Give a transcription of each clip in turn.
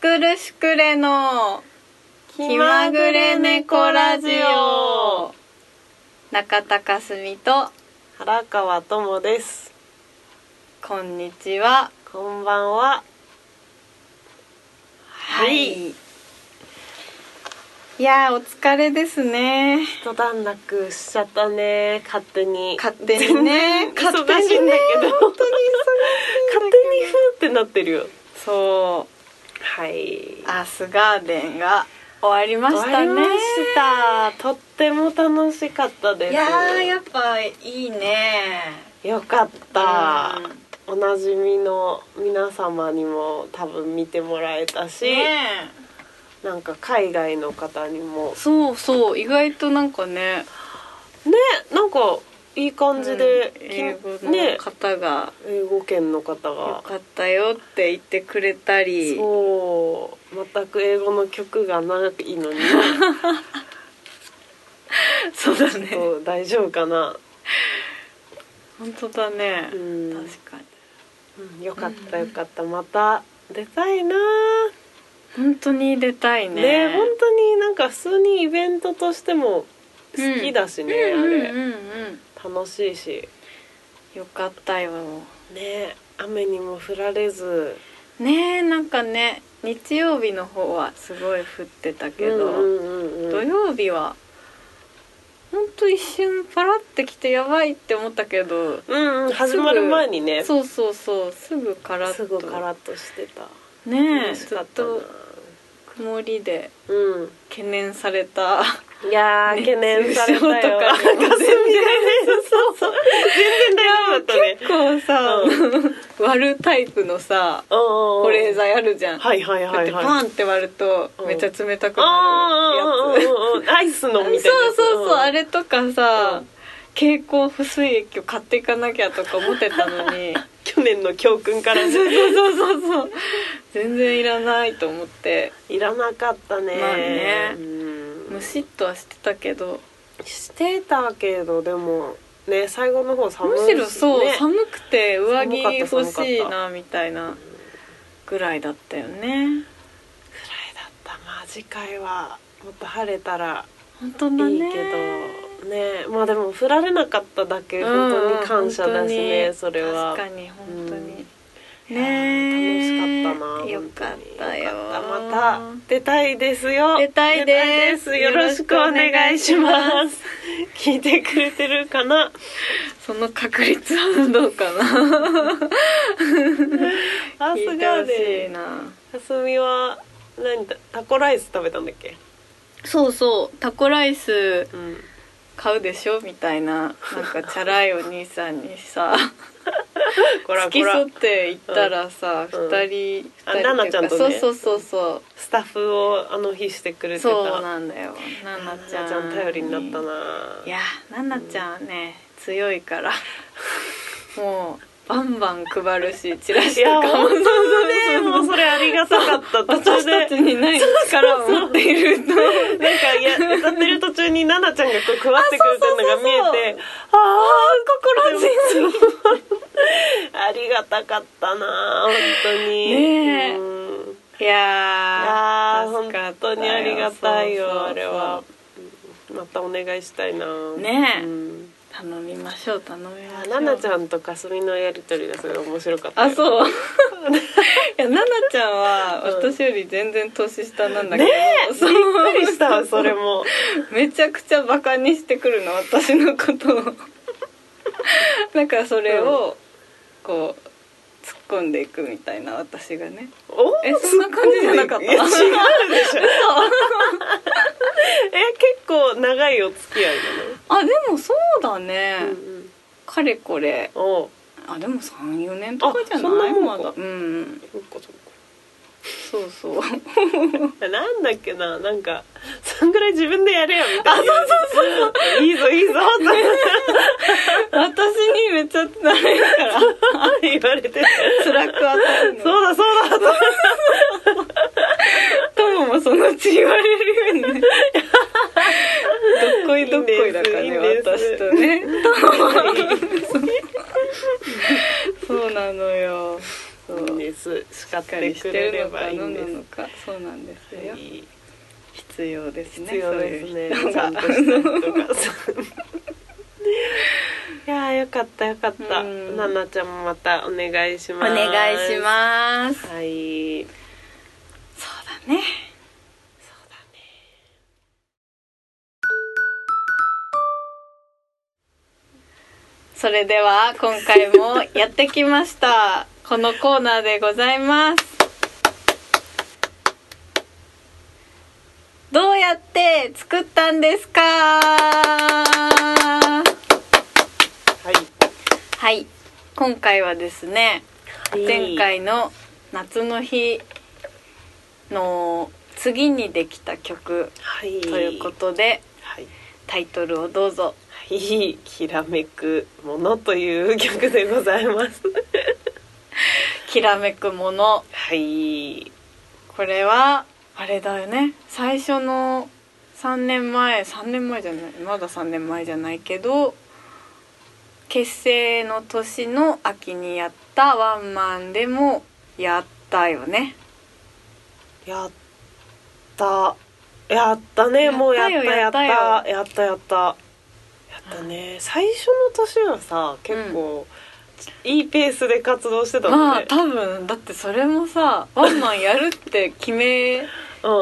くるしくれの気まぐれ猫ラジオ中田かすみと原川智ですこんにちはこんばんははいいいやーお疲れですね一段落しちゃったね勝手に勝手にね全然勝忙し手いにんねだけど本当に勝手にふーってなってるよ忙しいそはいアースガーデンが終わりましたね終わりましたとっても楽しかったですいやーやっぱいいねよかったうんおなじみの皆様にも多分見てもらえたし、ねなんか海外の方にもそうそう意外となんかねねなんかいい感じで、うんき英語のね方が英語圏の方「よがかったよ」って言ってくれたりそう全く英語の曲がないの にそうだちねょっと大丈夫かな、本当だねう、ん確かにうんよかったよかったまた出たいな本当に出たいねね本当になんか普通にイベントとしても好きだしね、うんうんあれうんうん楽しいしよかったよね雨にも降られずねえなんかね日曜日の方はすごい降ってたけど、うんうんうん土曜日はほんと一瞬パラってきてやばいって思ったけどうんうん始まる前にねそうそうそうすぐカラッとすぐカラッとしてたねえ嬉しずかっったなと曇りでうん懸念されたいやー懸念さ れたよ熱中症とかなんかすみそうそう全然大丈夫だったね結構さ、 割るタイプのさ保保冷剤あるじゃん、はいはいはいはいパンって割るとうんめっちゃ冷たくあなるやつ、あアイスのみたいなそうそうそうあれれとかさ、うん蛍光不水液を買っていかなきゃとか思ってたのに去年の教訓からねそうそうそうそう全然いらないと思っていらなかったねまあねうんむしっとはしてたけどしてたけどでもね最後の方寒むいしろそう、ね寒くて上着欲寒かったしいなみたいなぐらいだったよねぐらいだったまあ次回はもっと晴れたら本当だねいいけどねまあでも振られなかっただけ本当に感謝だしうんね、うんそれは確かに本当に、いねやえー楽しかったなよかったよ本当によかったまた出たいですよ出たいです出たいよろしくお願いします聞いてくれてるかなその確率はどうかな聞いてほしいさすがでなかすみは何だタコライス食べたんだっけそうそうタコライスうん買うでしょみたいななんかチャラいお兄さんにさこら付きこ添らって行ったらさ、二う人二ん人あっていうかナナちゃんとねそうそうそうそスタッフをあの日してくれうてたそうなんだよナナちゃんちゃん頼りになったないやナナちゃんはね、強いからもうバンバン配るしチラシいとやかも本当だねもうそれありがたかった途中私でなたんかちにない力を持っているといや歌ってる途中に奈々ちゃんがこう加わってくれてるのが見えてああ心強いありがたかったな本当にねえうんいやいやーー助かっ本たよ当にありがたいよそうそうそうあれはまたお願いしたいなねえうん頼みましょう頼みましょあう奈々ちゃんとかすみのやりとりがすごい面白かったあよそう いや奈々ちゃんはうん私より全然年下なんだけど、そうびっくりしたわそれもめちゃくちゃバカにしてくるの私のこと をだからそれをこう突っ込んでいくみたいな私がねおえそんな感じじゃなかったいや違うでしょえ結構長いお付き合いあでもそうだね、なの、うんうん、かれこれおうあでも34年とかじゃあそんなないもまんかだうんそっかそっそうそう かなんだっけななんかそんぐらい自分でやれよみたいなそうそうそういいぞいいぞ私にめっちゃ辛いからって言わ れて辛く当たるのそうだそうだそうだトムもそのうち言われるよねどっこいどっこいだからねいいんです私とねトムはそうなのよそうです叱っしっかりてしくてれるれのばかいい何んなですのかそうなんですよ、はい必要ですね必要ですねそういうちゃ人んがとした人が いやーよかったよかったうんななちゃんもまたお願い しおます願いしますすはいそうだねそうだねそれでは今回もやってきました このコーナーでございますどうやって作ったんですかははいい今回はですね前回の夏の日の次にできた曲はいということではいタイトルをどうぞはいきらめくものという曲でございます「きらめくもの」はいこれはあれだよね最初の3年前3年前じゃないまだ3年前じゃないけど結成の年の秋にやったワンマンでもやったよねやったやったねやったよもうやったややっったたよやったやったやったね最初の年はさ結構、いいペースで活動してたまもんあね、多分だってそれもさワンマンやるって決めう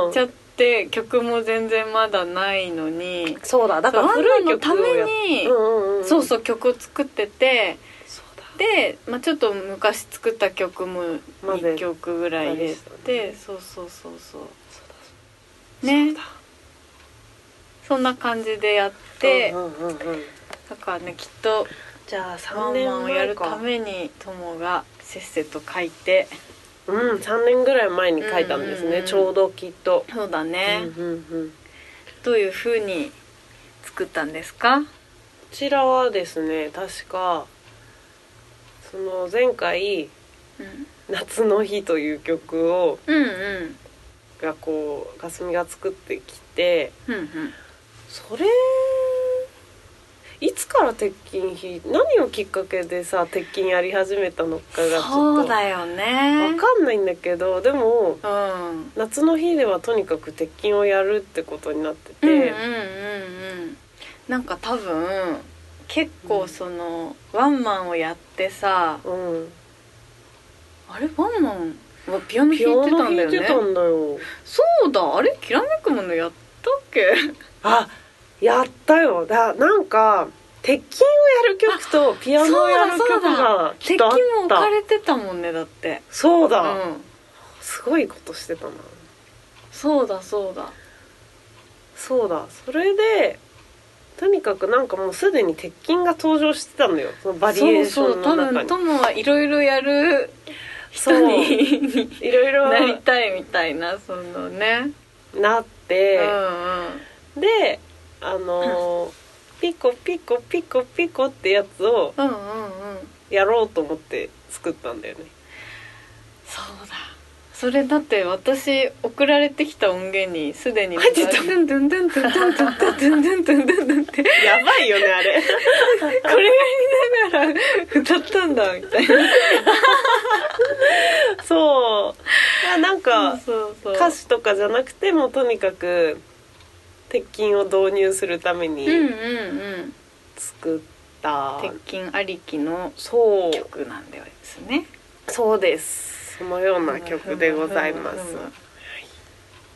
んちゃって曲も全然まだないのにそうだだからワン古マンいの曲ためをやっに、うんうんうん、そううそう曲を作っててそうだで、まあ、ちょっと昔作った曲も混ぜ2曲ぐらい入れて、たりしそうそうそうそうそうだねそうだそんな感じでやって、うんうんうんうんだからねきっとじゃあワ3ン年マンをや前るかために友がせっせと書いてうん3年ぐらい前に書いたんですね、うんうんうんちょうどきっと、そうだね、うんうんうんどういう風に作ったんですかこちらはですね確かその前回うん「夏の日」という曲をうんがこうかすみが作ってきてうんうんそれいつから鉄筋日何をきっかけでさ鉄筋やり始めたのかがちそょっうとわだよねかんないんだけどでもうん夏の日ではとにかく鉄筋をやるってことになってうんうんうんて、うんなんか多分結構その、ワンマンをやってさうんあれワンマンはピアノ弾いピてアノた弾んだいよてたねんだよ。そうだあれきらめくものやったっけあやったよだなんか鉄筋をやる曲とピアノをやる曲が きっ敵ともあっ置たかれてたもんねだってそううだ、んすごいことしてたなそうだそうだそうだそれでとにかくなんかもうすでに鉄筋が登場してたのよそのバリエーシそうョそンう多の中分にトモはいろいろやる人そうにいろい なりろたいみたいなそのね、なっうて、んうんであのーピコピコピコピコってやつをうんうんうんやろうと思って作ったんだよねそうだそれだって私送られてきた音源にすでに入ってたドゥンドゥンドゥンドゥンドゥンドゥンドゥンドゥンドゥンドゥンってこやばいよねあ れれやりながら歌ったんだみたいなそういやなんかそうそう歌詞とかじゃなくてもうとにかく鉄筋を導入するためにうんうんうん作った、鉄筋ありきのそう曲なんですねそうですそのような曲でございますうんうんうん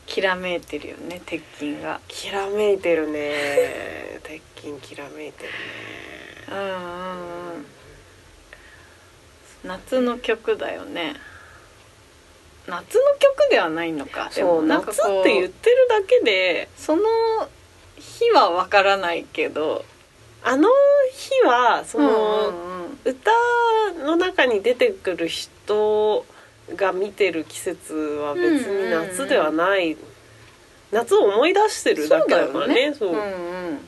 きらめいてるよね鉄筋がきらめいてるね鉄筋きらめいてるねうんうんうん夏の曲だよね夏の曲ではないのかでもそうなんか夏こって言ってるだけでその日はわからないけどあの日はその、うんうん歌の中に出てくる人が見てる季節は別に夏ではない、夏を思い出してるだけだからねそうんう,、うん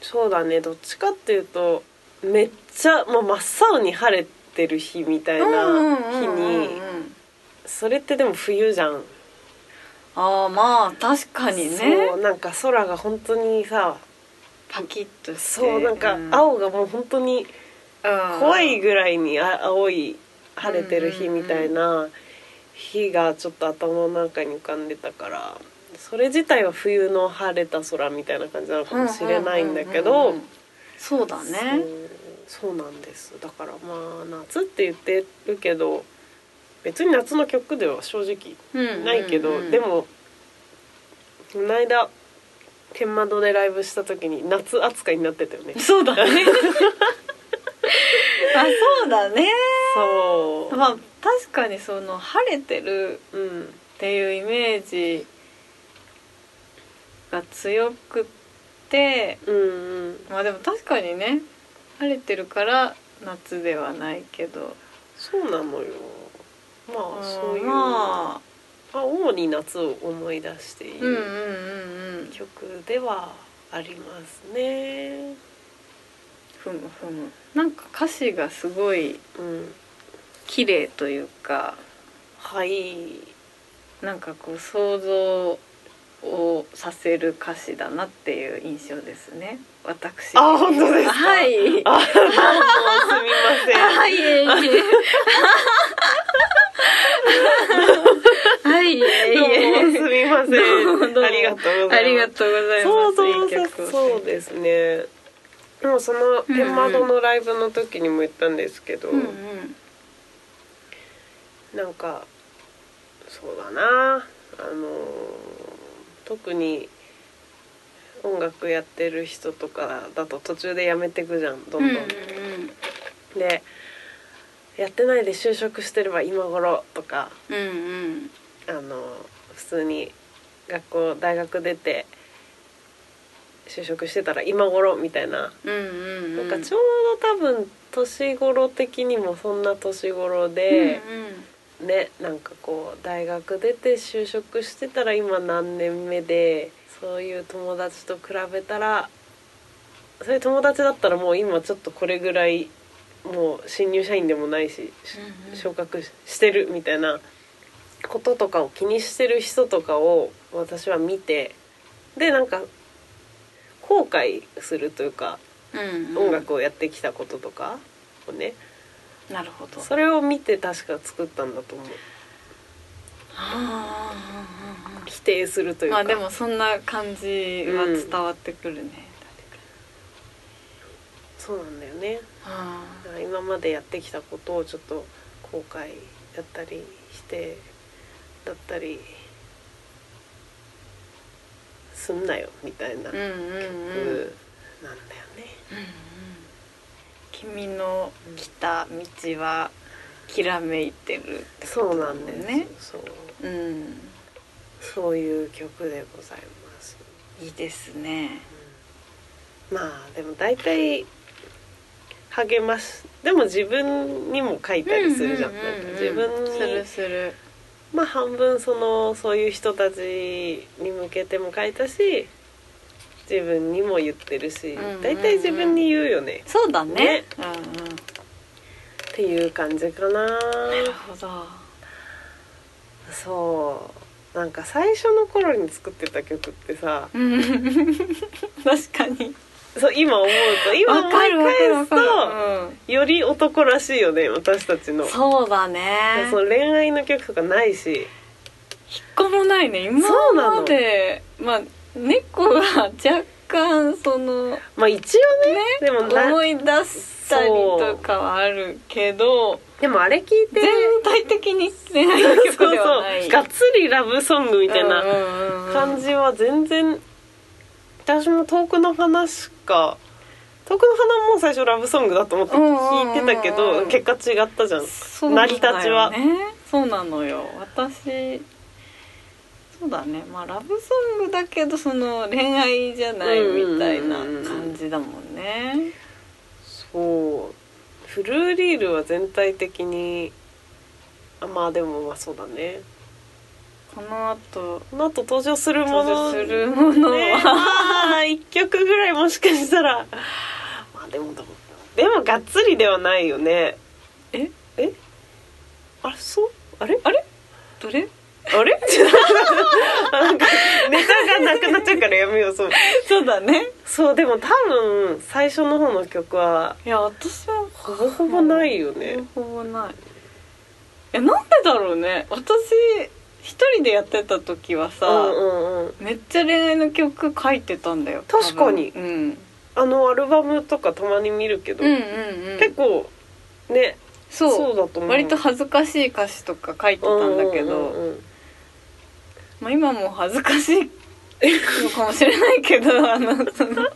そうだねどっちかっていうとめっちゃ、まあ、真っ青に晴れてる日みたいな日うんうんうんうにんそれってでも冬じゃん。ああまあ確かにねそうなんか空が本当にさパキッとしてそうなんかうん青がもう本当にうん怖いぐらいにあ青い晴れてる日みたいな日がちょっと頭の中に浮かんでたからそれ自体は冬の晴れた空みたいな感じなのかもしれないんだけうどんうんうんうんそうだねそうそうなんですだからまあ夏って言ってるけど別に夏の曲では正直ないけど、うんうんうんでもこの間天窓でライブした時に夏扱いになってたよねそう だねあそうだねそう、まあ確かにその晴れてるうんっていうイメージが強くってうんうんまあでも確かにね晴れてるから夏ではないけどそうなのよまあそういう、ままああ、主に夏を思い出していうんうんるうんうん曲ではありますね、ふむふむなんか歌詞がすごいうん、綺麗というかはいなんかこう想像をさせる歌詞だなっていう印象ですね私あ本当ですかはいあ、どうもすみません。はいえいえはいえいどうもえすみま どうもせ。どうんもありがとうございます。ありがとうござい想ます像いいさ曲をそうですね。でもその天窓のライブの時にも言ったんですけど、うんうんなんかそうだなあの特に音楽やってる人とかだと途中でやめてくじゃんどうんんうんどん。でやってないで就職してれば今頃とかうんうんあの普通に学校大学出て就職してたら今頃みたいな、うんうんなんかちょうど多分年頃的にもそんな年頃で、うんうんねなんかこう大学出て就職してたら今何年目でそういう友達と比べたらそういう友達だったらもう今ちょっとこれぐらいもう新入社員でもないしうんうん昇格ししてるみたいなこととかを気にしてる人とかを私は見てでなんか後悔するというかうんうん音楽をやってきたこととかをねなるほどそれを見て確か作ったんだと思うあ否定するとーいうまあかでもそんな感じは伝わってくるね、そうなんだよねあだから今までやってきたことをちょっと後悔だったり否定だったりすんなよみたいーなうんうんうん、うん、なんだよね。君の来た道はきらめいてるってこそとうだなもんですねそううんそういう曲でございます。いいですねまあでも大体励ますでも自分にも書いたりするじゃん,、ううううなんか自す分るにするまあ半分そのそういう人たちに向けても書いたし自分にも言ってるし、うんうんうん大体自分に言うよねそうだねねうんうんっていう感じかな。なるほどそうなんか最初の頃に作ってた曲ってさうん 確かにそう今思うと今わ思いかるわかるわ返すかとる、うんより男らしいよね私たちのそうだねその恋愛の曲とかないし一個もないねそうな今のまでまあ猫は若干そのまあ一応ねでもな思い出したりとかはあるけどでもあれ聞いて全体的に恋愛のそ曲うではそないうがっつりラブソングみたいなな感じは全然私も遠くの花しか遠くの花も最初ラブソングだと思って聞いてたけうんうんうんうどん結果違ったじゃんそうなんだよね成り立ちはそうなのよ私そうだねまあラブソングだけどその恋愛じゃないみたいな感じだもんね、そうフルーリールは全体的にあまあでもまあそうだねこの後この後登場するもの登場するものはねまあ1曲ぐらいもしかしたらまあでもどうでもがっつりではないよねええあれそうあれあれどれあれ なんかネタがなくなっちゃうからやめようそうそうだねそうでも多分最初の方の曲はいや私はほぼほぼないよねほぼほぼないやなんでだろうね私一人でやってた時はさ、うんうんうんめっちゃ恋愛の曲書いてたんだよ確かに多分うん、あのアルバムとかたまに見るけど、うんうんうん結構ねそうそうだと思う割と恥ずかしい歌詞とか書いてたんだけど、うんうんうんうんまあ、今もう恥ずかしいのかもしれないけどあのその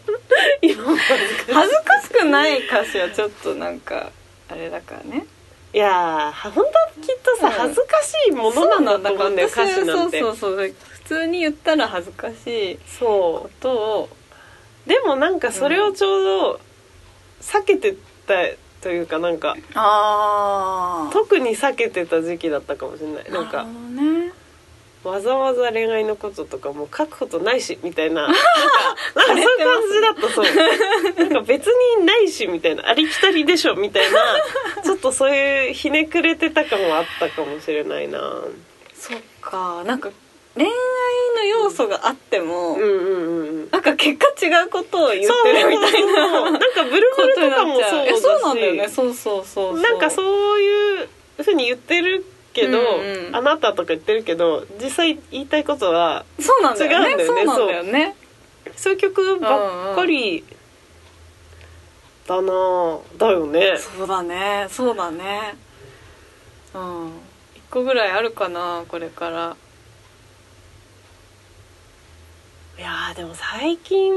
今は恥ずかしくない歌詞はちょっとなんかあれだからねいやー本当はきっとさ、うん恥ずかしいものなんだと思うんだよそ歌詞うなんてそうそうそう普通に言ったら恥ずかしいそことをうでもなんかそれをちょうど避けてたというかなんかあー特に避けてた時期だったかもしれないなんるかほどねわざわざ恋愛のこととかもう書くことないしみたい ななんかなんかそういう感じだったそうなんか別にないしみたいなありきたりでしょみたい なちょっとそういうひねくれてた感はあったかもしれないなそっかなんか恋愛の要素があっても、うんうんうんうんなんか結果違うことを言ってそうるみたいなそうそうそうなんかブルブルとかもそうだしえそうなんだよねそうそうそうそうなんかそういうふうに言ってるけど、うんうんあなたとか言ってるけど実際言いたいことはそうなんだよね違うんだよそねうなんだよねそういう曲ばっかりだなぁだよねそうだねそうだねうん一個ぐらいあるかなこれからいやーでも最近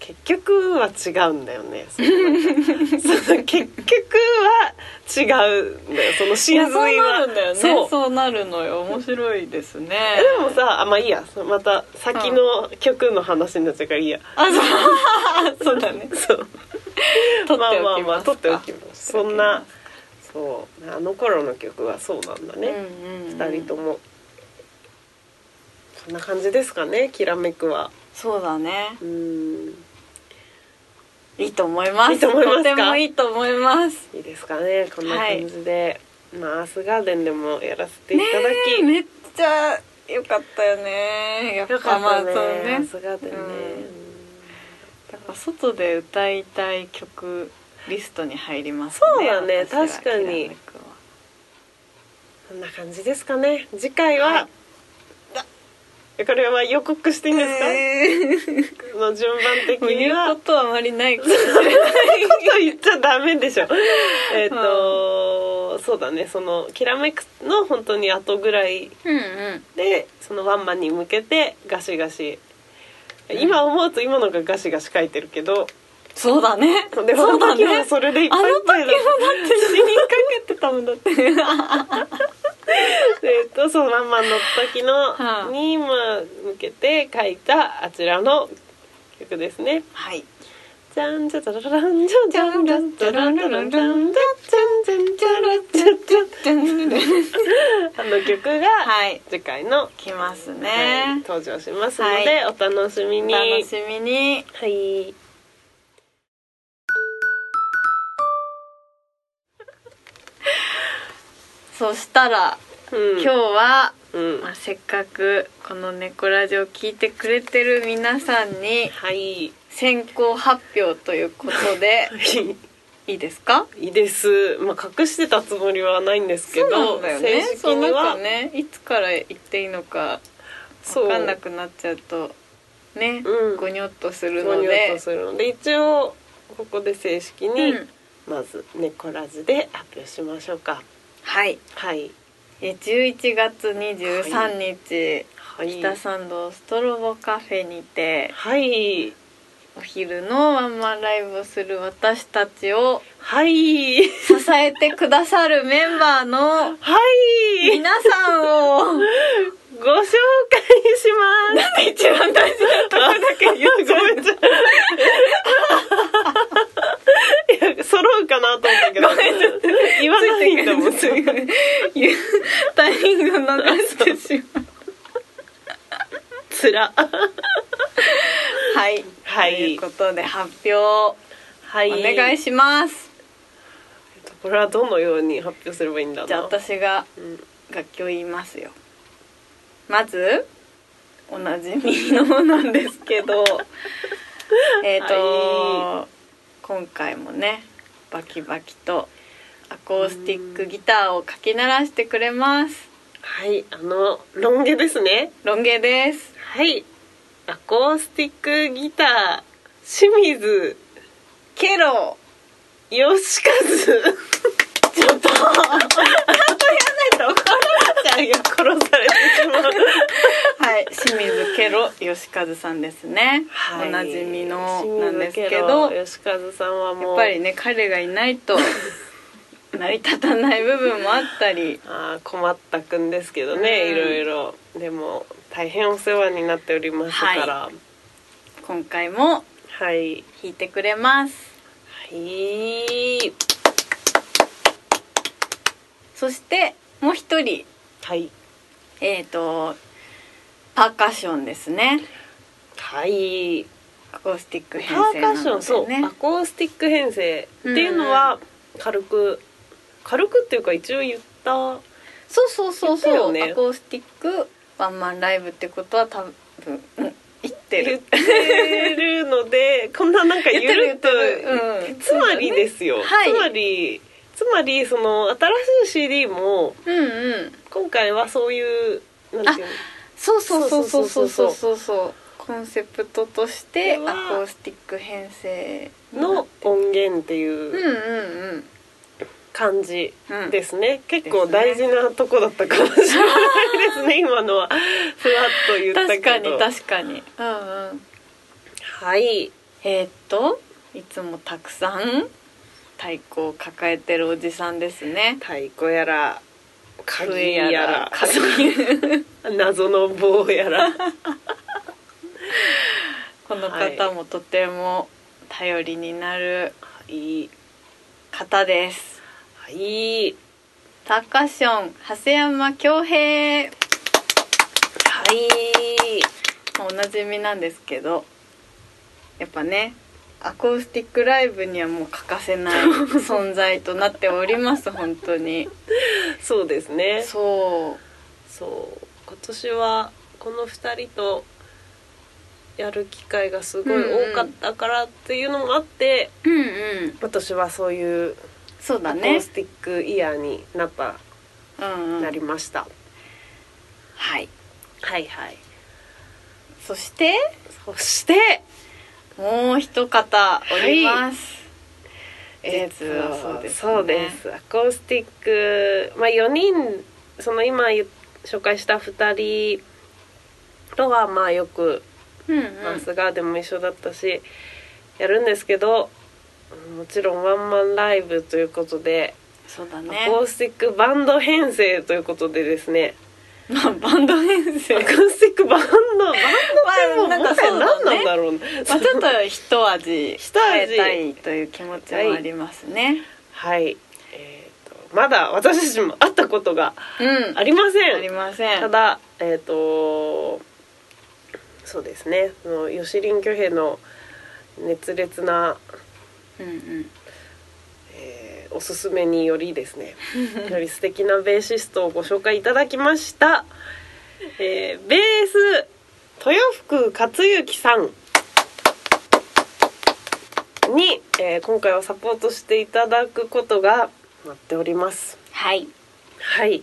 結局は違うんだよねそのその結局は違うんだよそのい真や髄はそうなるんだよねそうそうなるのよ面白いですね えでもさあまあいいやまた先の曲の話になっちゃうからいいや、あそうそうだ ねそ取うっておきますかまあまあまあ取っておきますそんなそうあの頃の曲はそうなんだねね、うん二人ともそんな感じですかねきらめくはそうだねうんいいと思いますいいと思いまとすかてもいいと思いますいいですかねこんな感じで、まあアースガーデンでもやらせていただき、ねえめっちゃ良かったよねやっよぱかまあそったのね,、アーねスガーデンね、だから外で歌いたい曲リストに入りますねそうだね私は確かにきらめくはこんな感じですかね次回は、はいあこれは予告していいんですか、えーこの順番的もうに言はうことはあまりない からこと言っちゃダメで しょえっと、そうだねそのきらめくの本当に後ぐらいうんうんでそのワンマンに向けてガシガシうん今思うと今のがガシガシ書いてるけどそうだねでもそうあだの時ねはそれでいっぱいいっぱいだっだたって死にかけてたもんだって えっとそのワンマンの時はあのにまあ向けて書いたあちらの曲ですね。はいじゃんじゃじゃらららんじゃんじゃんじゃんじゃらららんじゃんじゃんじゃんじゃらじゃんじゃん あの曲が、はい次回の、来ますはいね、登場しますのはで、いお楽しみおに。楽しみにはい。 そしたらうん、今日は、うん、まあ、せっかくこの「猫ラジオ」聞いてくれてる皆さんにはい。先行発表ということでいいですかいいです。まあ隠してたつもりはないんですけど、正そう式なにんかはねいつから言っていいのかそう分かんなくなっちゃうとね、うんごにょっとするごのにょっでとするので、一応ここで正式に、うんまず猫ラジで発表しましょうか。はいはい。え11月23日、はい。北参道ストロボカフェにてはい。お昼のワンマンライブをする私たちをはい。支えてくださるメンバー のはい。皆さんをご紹介します。一番大事なとこだけ言っちゃういや揃うかなと思ったけど言わないんだもんついてくる言うタイミングを逃してしまうつらはい、はいということで発表おはい願いします、これはどのように発表すればいいんだろうじゃあ私がうん楽器を言いますよまずおなじみのなんですけ どえっと、は今回もねバキバキとアコースティックギターをかき鳴らしてくれますはいあのロン毛ですねロン毛ですはいアコースティックギター清水ケロ義和ちょっとちゃんとやらないと怒られちゃうよ殺されてしまうはい清水ケロ吉和さんですね、はいおなじみのなんですけど清やっ水家の吉和さんはもうぱりね彼がいない と成り立たない部分もあったりあー困ったくんですけどね、うんいろいろでも大変お世話になっておりますから今回もはい弾いてくれますはいそしてもう一人はいえっ、とパーカッションですねはいアコースティック編パー成カなッション、のそうでねアコースティック編成ってうんいうのは軽く軽くっていうか一応言ったそうそうそう言ったそよう、ねアコースティックワンマンライブってことは多分、うん、言って言るってるので こんななんかゆるっとうん、つまりですよ、はいつまりつまりその新しい CD もうんうん今回はそういうなんていうのそうそうそうそうそうそうそそうそうコンセプトとしてアこコれはースティック編成の音源ってうんういうんうん感じうんですね、結構大事なとこだったかもしれないですね今のはふわっと言ったけ確どかに確かにうんうんはいえーっといつもたくさん太鼓を抱えてるおじさんですね太鼓やら鍵やら笛やら鍵 謎の棒や らこの方もとても頼りになるはい方ですはいターカッション長谷山恭平はいまあおなじみなんですけどやっぱねアコースティックライブにはもう欠かせない 存在となっております本当にそうですねそそう今年はこの2人とやる機会がすごい多かったからっていうのもあって、ううんうん私はそういうそうだアコねースティックイヤーになった、うんうなんりましたはいはいはいそしてそしてもう一方おります、え実はそうですねそうですアコースティック、まあ、4人その今言紹介した2人とはまあよくうんうんマスガーデンも一緒だったし、やるんですけどもちろんワンマンライブということで、そうだねアコースティックバンド編成ということでですねまあバンド編成ア まコースティックバンドバンドまであもなもんかはやそうだね何なんだろうねあちょっと一味一味変えたいという気持ちもありますね、はい、えー、とまだ私たちも会ったことがうんありませんありませんただえっ、とそうですねその吉林挙兵の熱烈な、うんうんえーおすすめによりで すねより素敵なベーシストをご紹介いただきました、えーベース豊福克之さんに、えー今回はサポートしていただくことが待っておりますはいはいい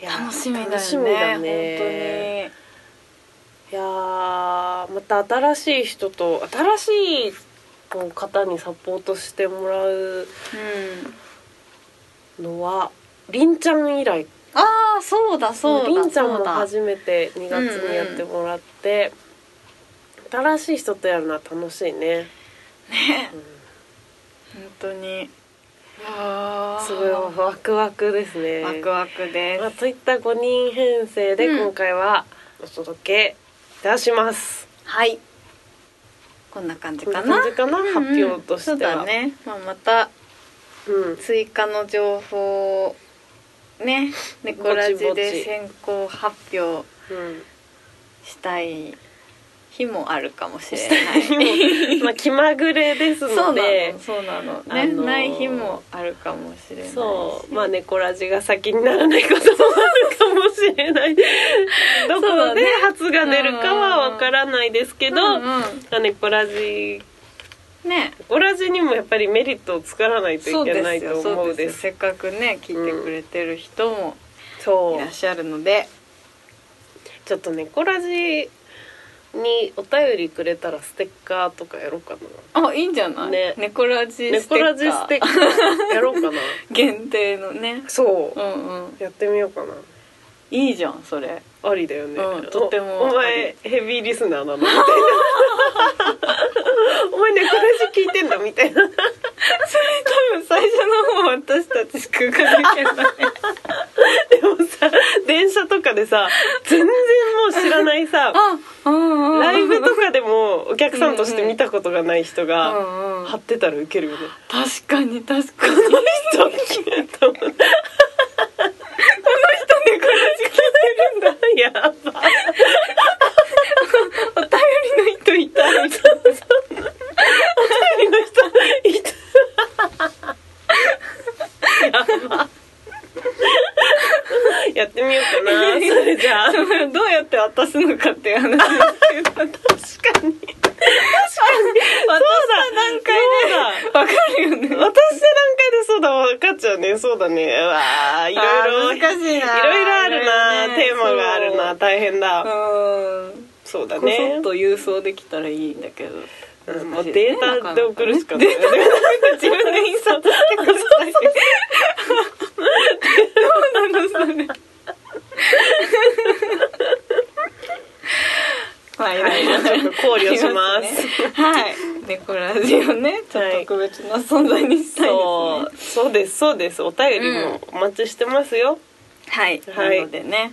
やー楽しみだよね楽しみだねいやーまた新しい人と新しい方にサポートしてもら本う当にうんのはりんちゃん以来ああそうだそうだりんちゃんそもうだ 初めて2月にやってもらって、新しい人とやるのは楽しいね、ねうん本当にわあすごいワワクワクですねクワクです、まあ、といった5人編成でうん今回はお届けいたします、はいこんな感じこんかなな感じかな、うんうん発表としてそはうだね、まあ、またうん追加の情報を ねネコラジぼちぼでち先行発表うんしたい日もあるかもしれな下いにも、まあ、気まぐれです そのうなでのそうなのね、あのーない日もあるかもしれないしそうまあ猫ラジが先にならないこともあるかもしれ ないどそうだこねで発が出るかはわからないですけどうんうんまあ猫ラジねオラジにもやっぱりメリットを作らないとそういけでないすよとそ思ううでですすせっかくね聞いてくれてる人もそういらっしゃるので、ちょっとねコラジにお便りくれたらステッカーとかやろうかあいいんじゃない、ねネコラジなス猫テラッジスカーテッカーやろうかな限定のねそうう、んうんやってみようかないいじゃんそれありだよね、うんとってもおおあ前ヘビーリスナーなのみたいな お前猫ラジ聞いてんだみたいな 多分最初の方は私たちしか書かなきゃないでもさ電車とかでさ全然もう知らないさあうんうんライブとかでもお客さんとして見たことがない人がうんうん貼ってたらウケるよね確かに確かにこの人ちょっと聞いたネコラジ聞いてるんだ やばお便りの人いたみたいいの人いたやばやってみようかなそれじゃあ確などうやって渡すのかっていう話かに渡した段階でそうわかるよねだ私の段階でそうだ分かっちゃうねそうだねうわーいあろいろーい難しいないろいろあるな、テーマがあるな大変だ、そううんそうだこそねっと郵送できたらいいんだけど、うんもうデータで送るしかないデータで自分で印刷してくださいどうなのそれまあいはいろいろちょっと考慮しあますりねはいデコラジオねちょっと特別な存在にしたいですねそうそうですそうですお便りもお待ちしてますよ、はい、はいなのでね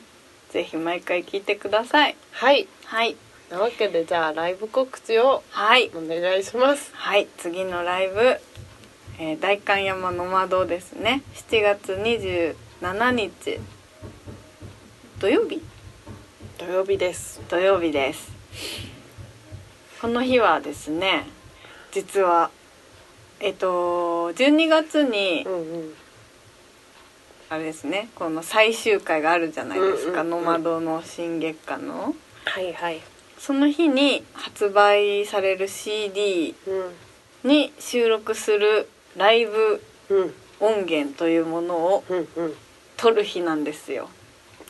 ぜひ毎回聞いてくださいはいはいなわけでじゃあライブ告知をはいお願いしますはい次のライブ、えー、大観山の窓ですね7月27日土曜日土曜日です土曜日ですこの日はですね実はえっと12月にうんうんあれですねこの最終回があるじゃないですか「うんうんノうんマドの新月間のはいはいその日に発売される CD うに収録するライブんうん音源というものをうんうん撮る日なんですよ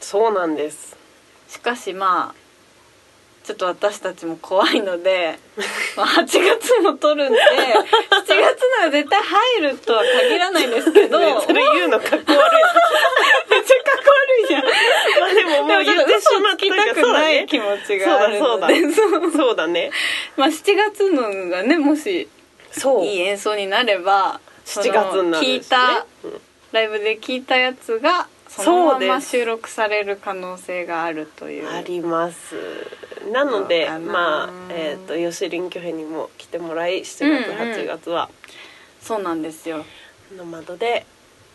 そうなんですしかしまあちょっと私たちも怖いの で、まあ、8月も撮るんで7月なら絶対入るとは限らないんですけど ねそれ言うのかっめっ こ悪いちゃかっこ悪いじゃんまあでももうで言もちっょてっしまと嘘っつきたたくからそうだないね気持ちがあるそうのだで そうだ そうそうだねまあ7月のがねもしそういい演奏になればその7月になるし、ね、聞いたライブで聞いたやつがそのまそうでます収録される可能性があるというありますなのそでうかなまあえっ、とよしりん巨編にも来てもらい7月、うんうん8月はそうなんですよの窓で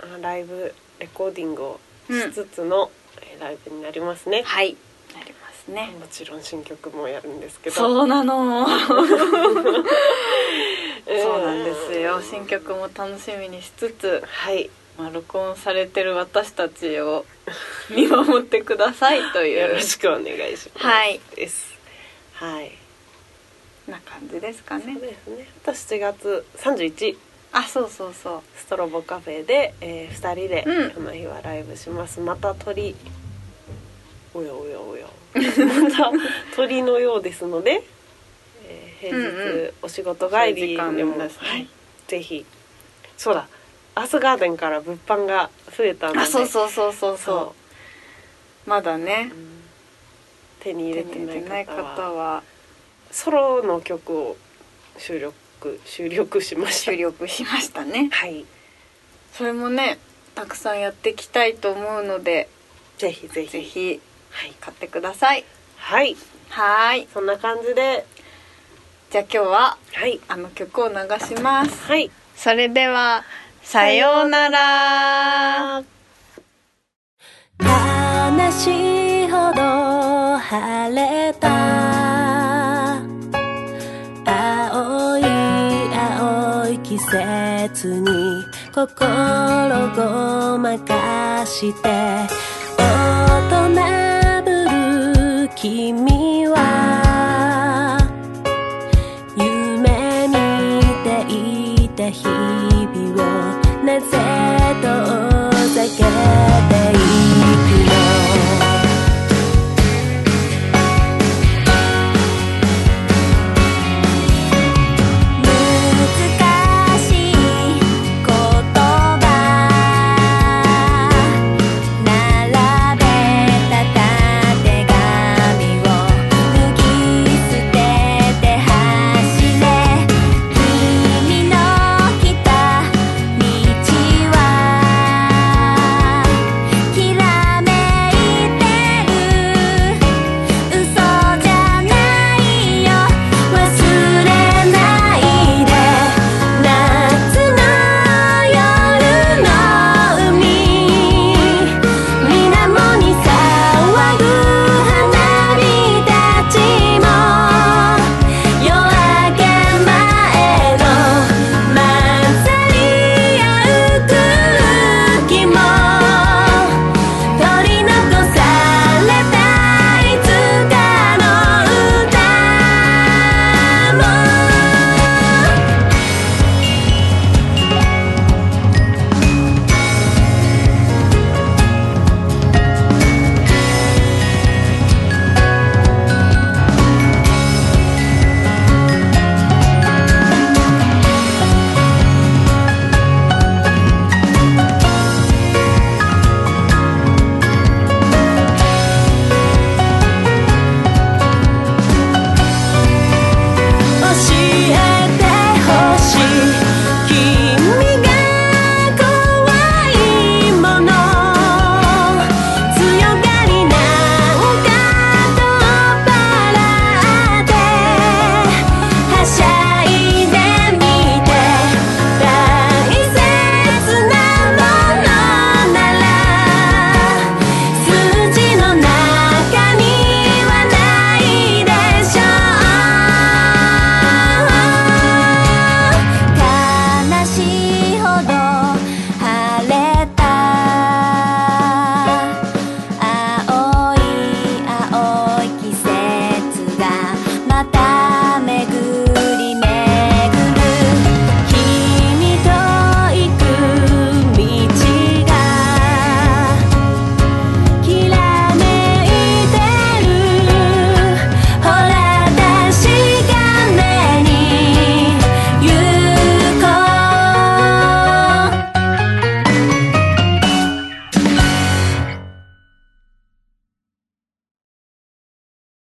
あライブレコーディングをしつつの、えーライブになりますね、はいなりますねもちろん新曲もやるんですけどそうなの そううんなんですよ新曲も楽しみにしつつ、はいまあ、録音されてる私たち を見守ってくださいといようろしくお願いします、はいですはいな感じですかそねうですねあと7月31あそうそうそストロボカフェで、えー、2人で、うんこの日はライブしますまた鳥おやおやおやまた鳥のようですので、えー平日、うんうんお仕事帰りそうでいう時も間ですねはい、ぜひそうだアースガーデンから物販が増えたのうであそうそうそうそうそそううまだねう、うん手に手入れにて入れてなないい方方ははソロの曲を収録収録しました収録しましたねはいそれもねたくさんやっていきたいと思うのでぜひぜひぜひはい、買ってくださいはい、はーいそんな感じでじゃあ今日ははいあの曲を流しますはいそれではさようなら悲しいほど晴れた青い青い季節に心ごまかして大人ぶる君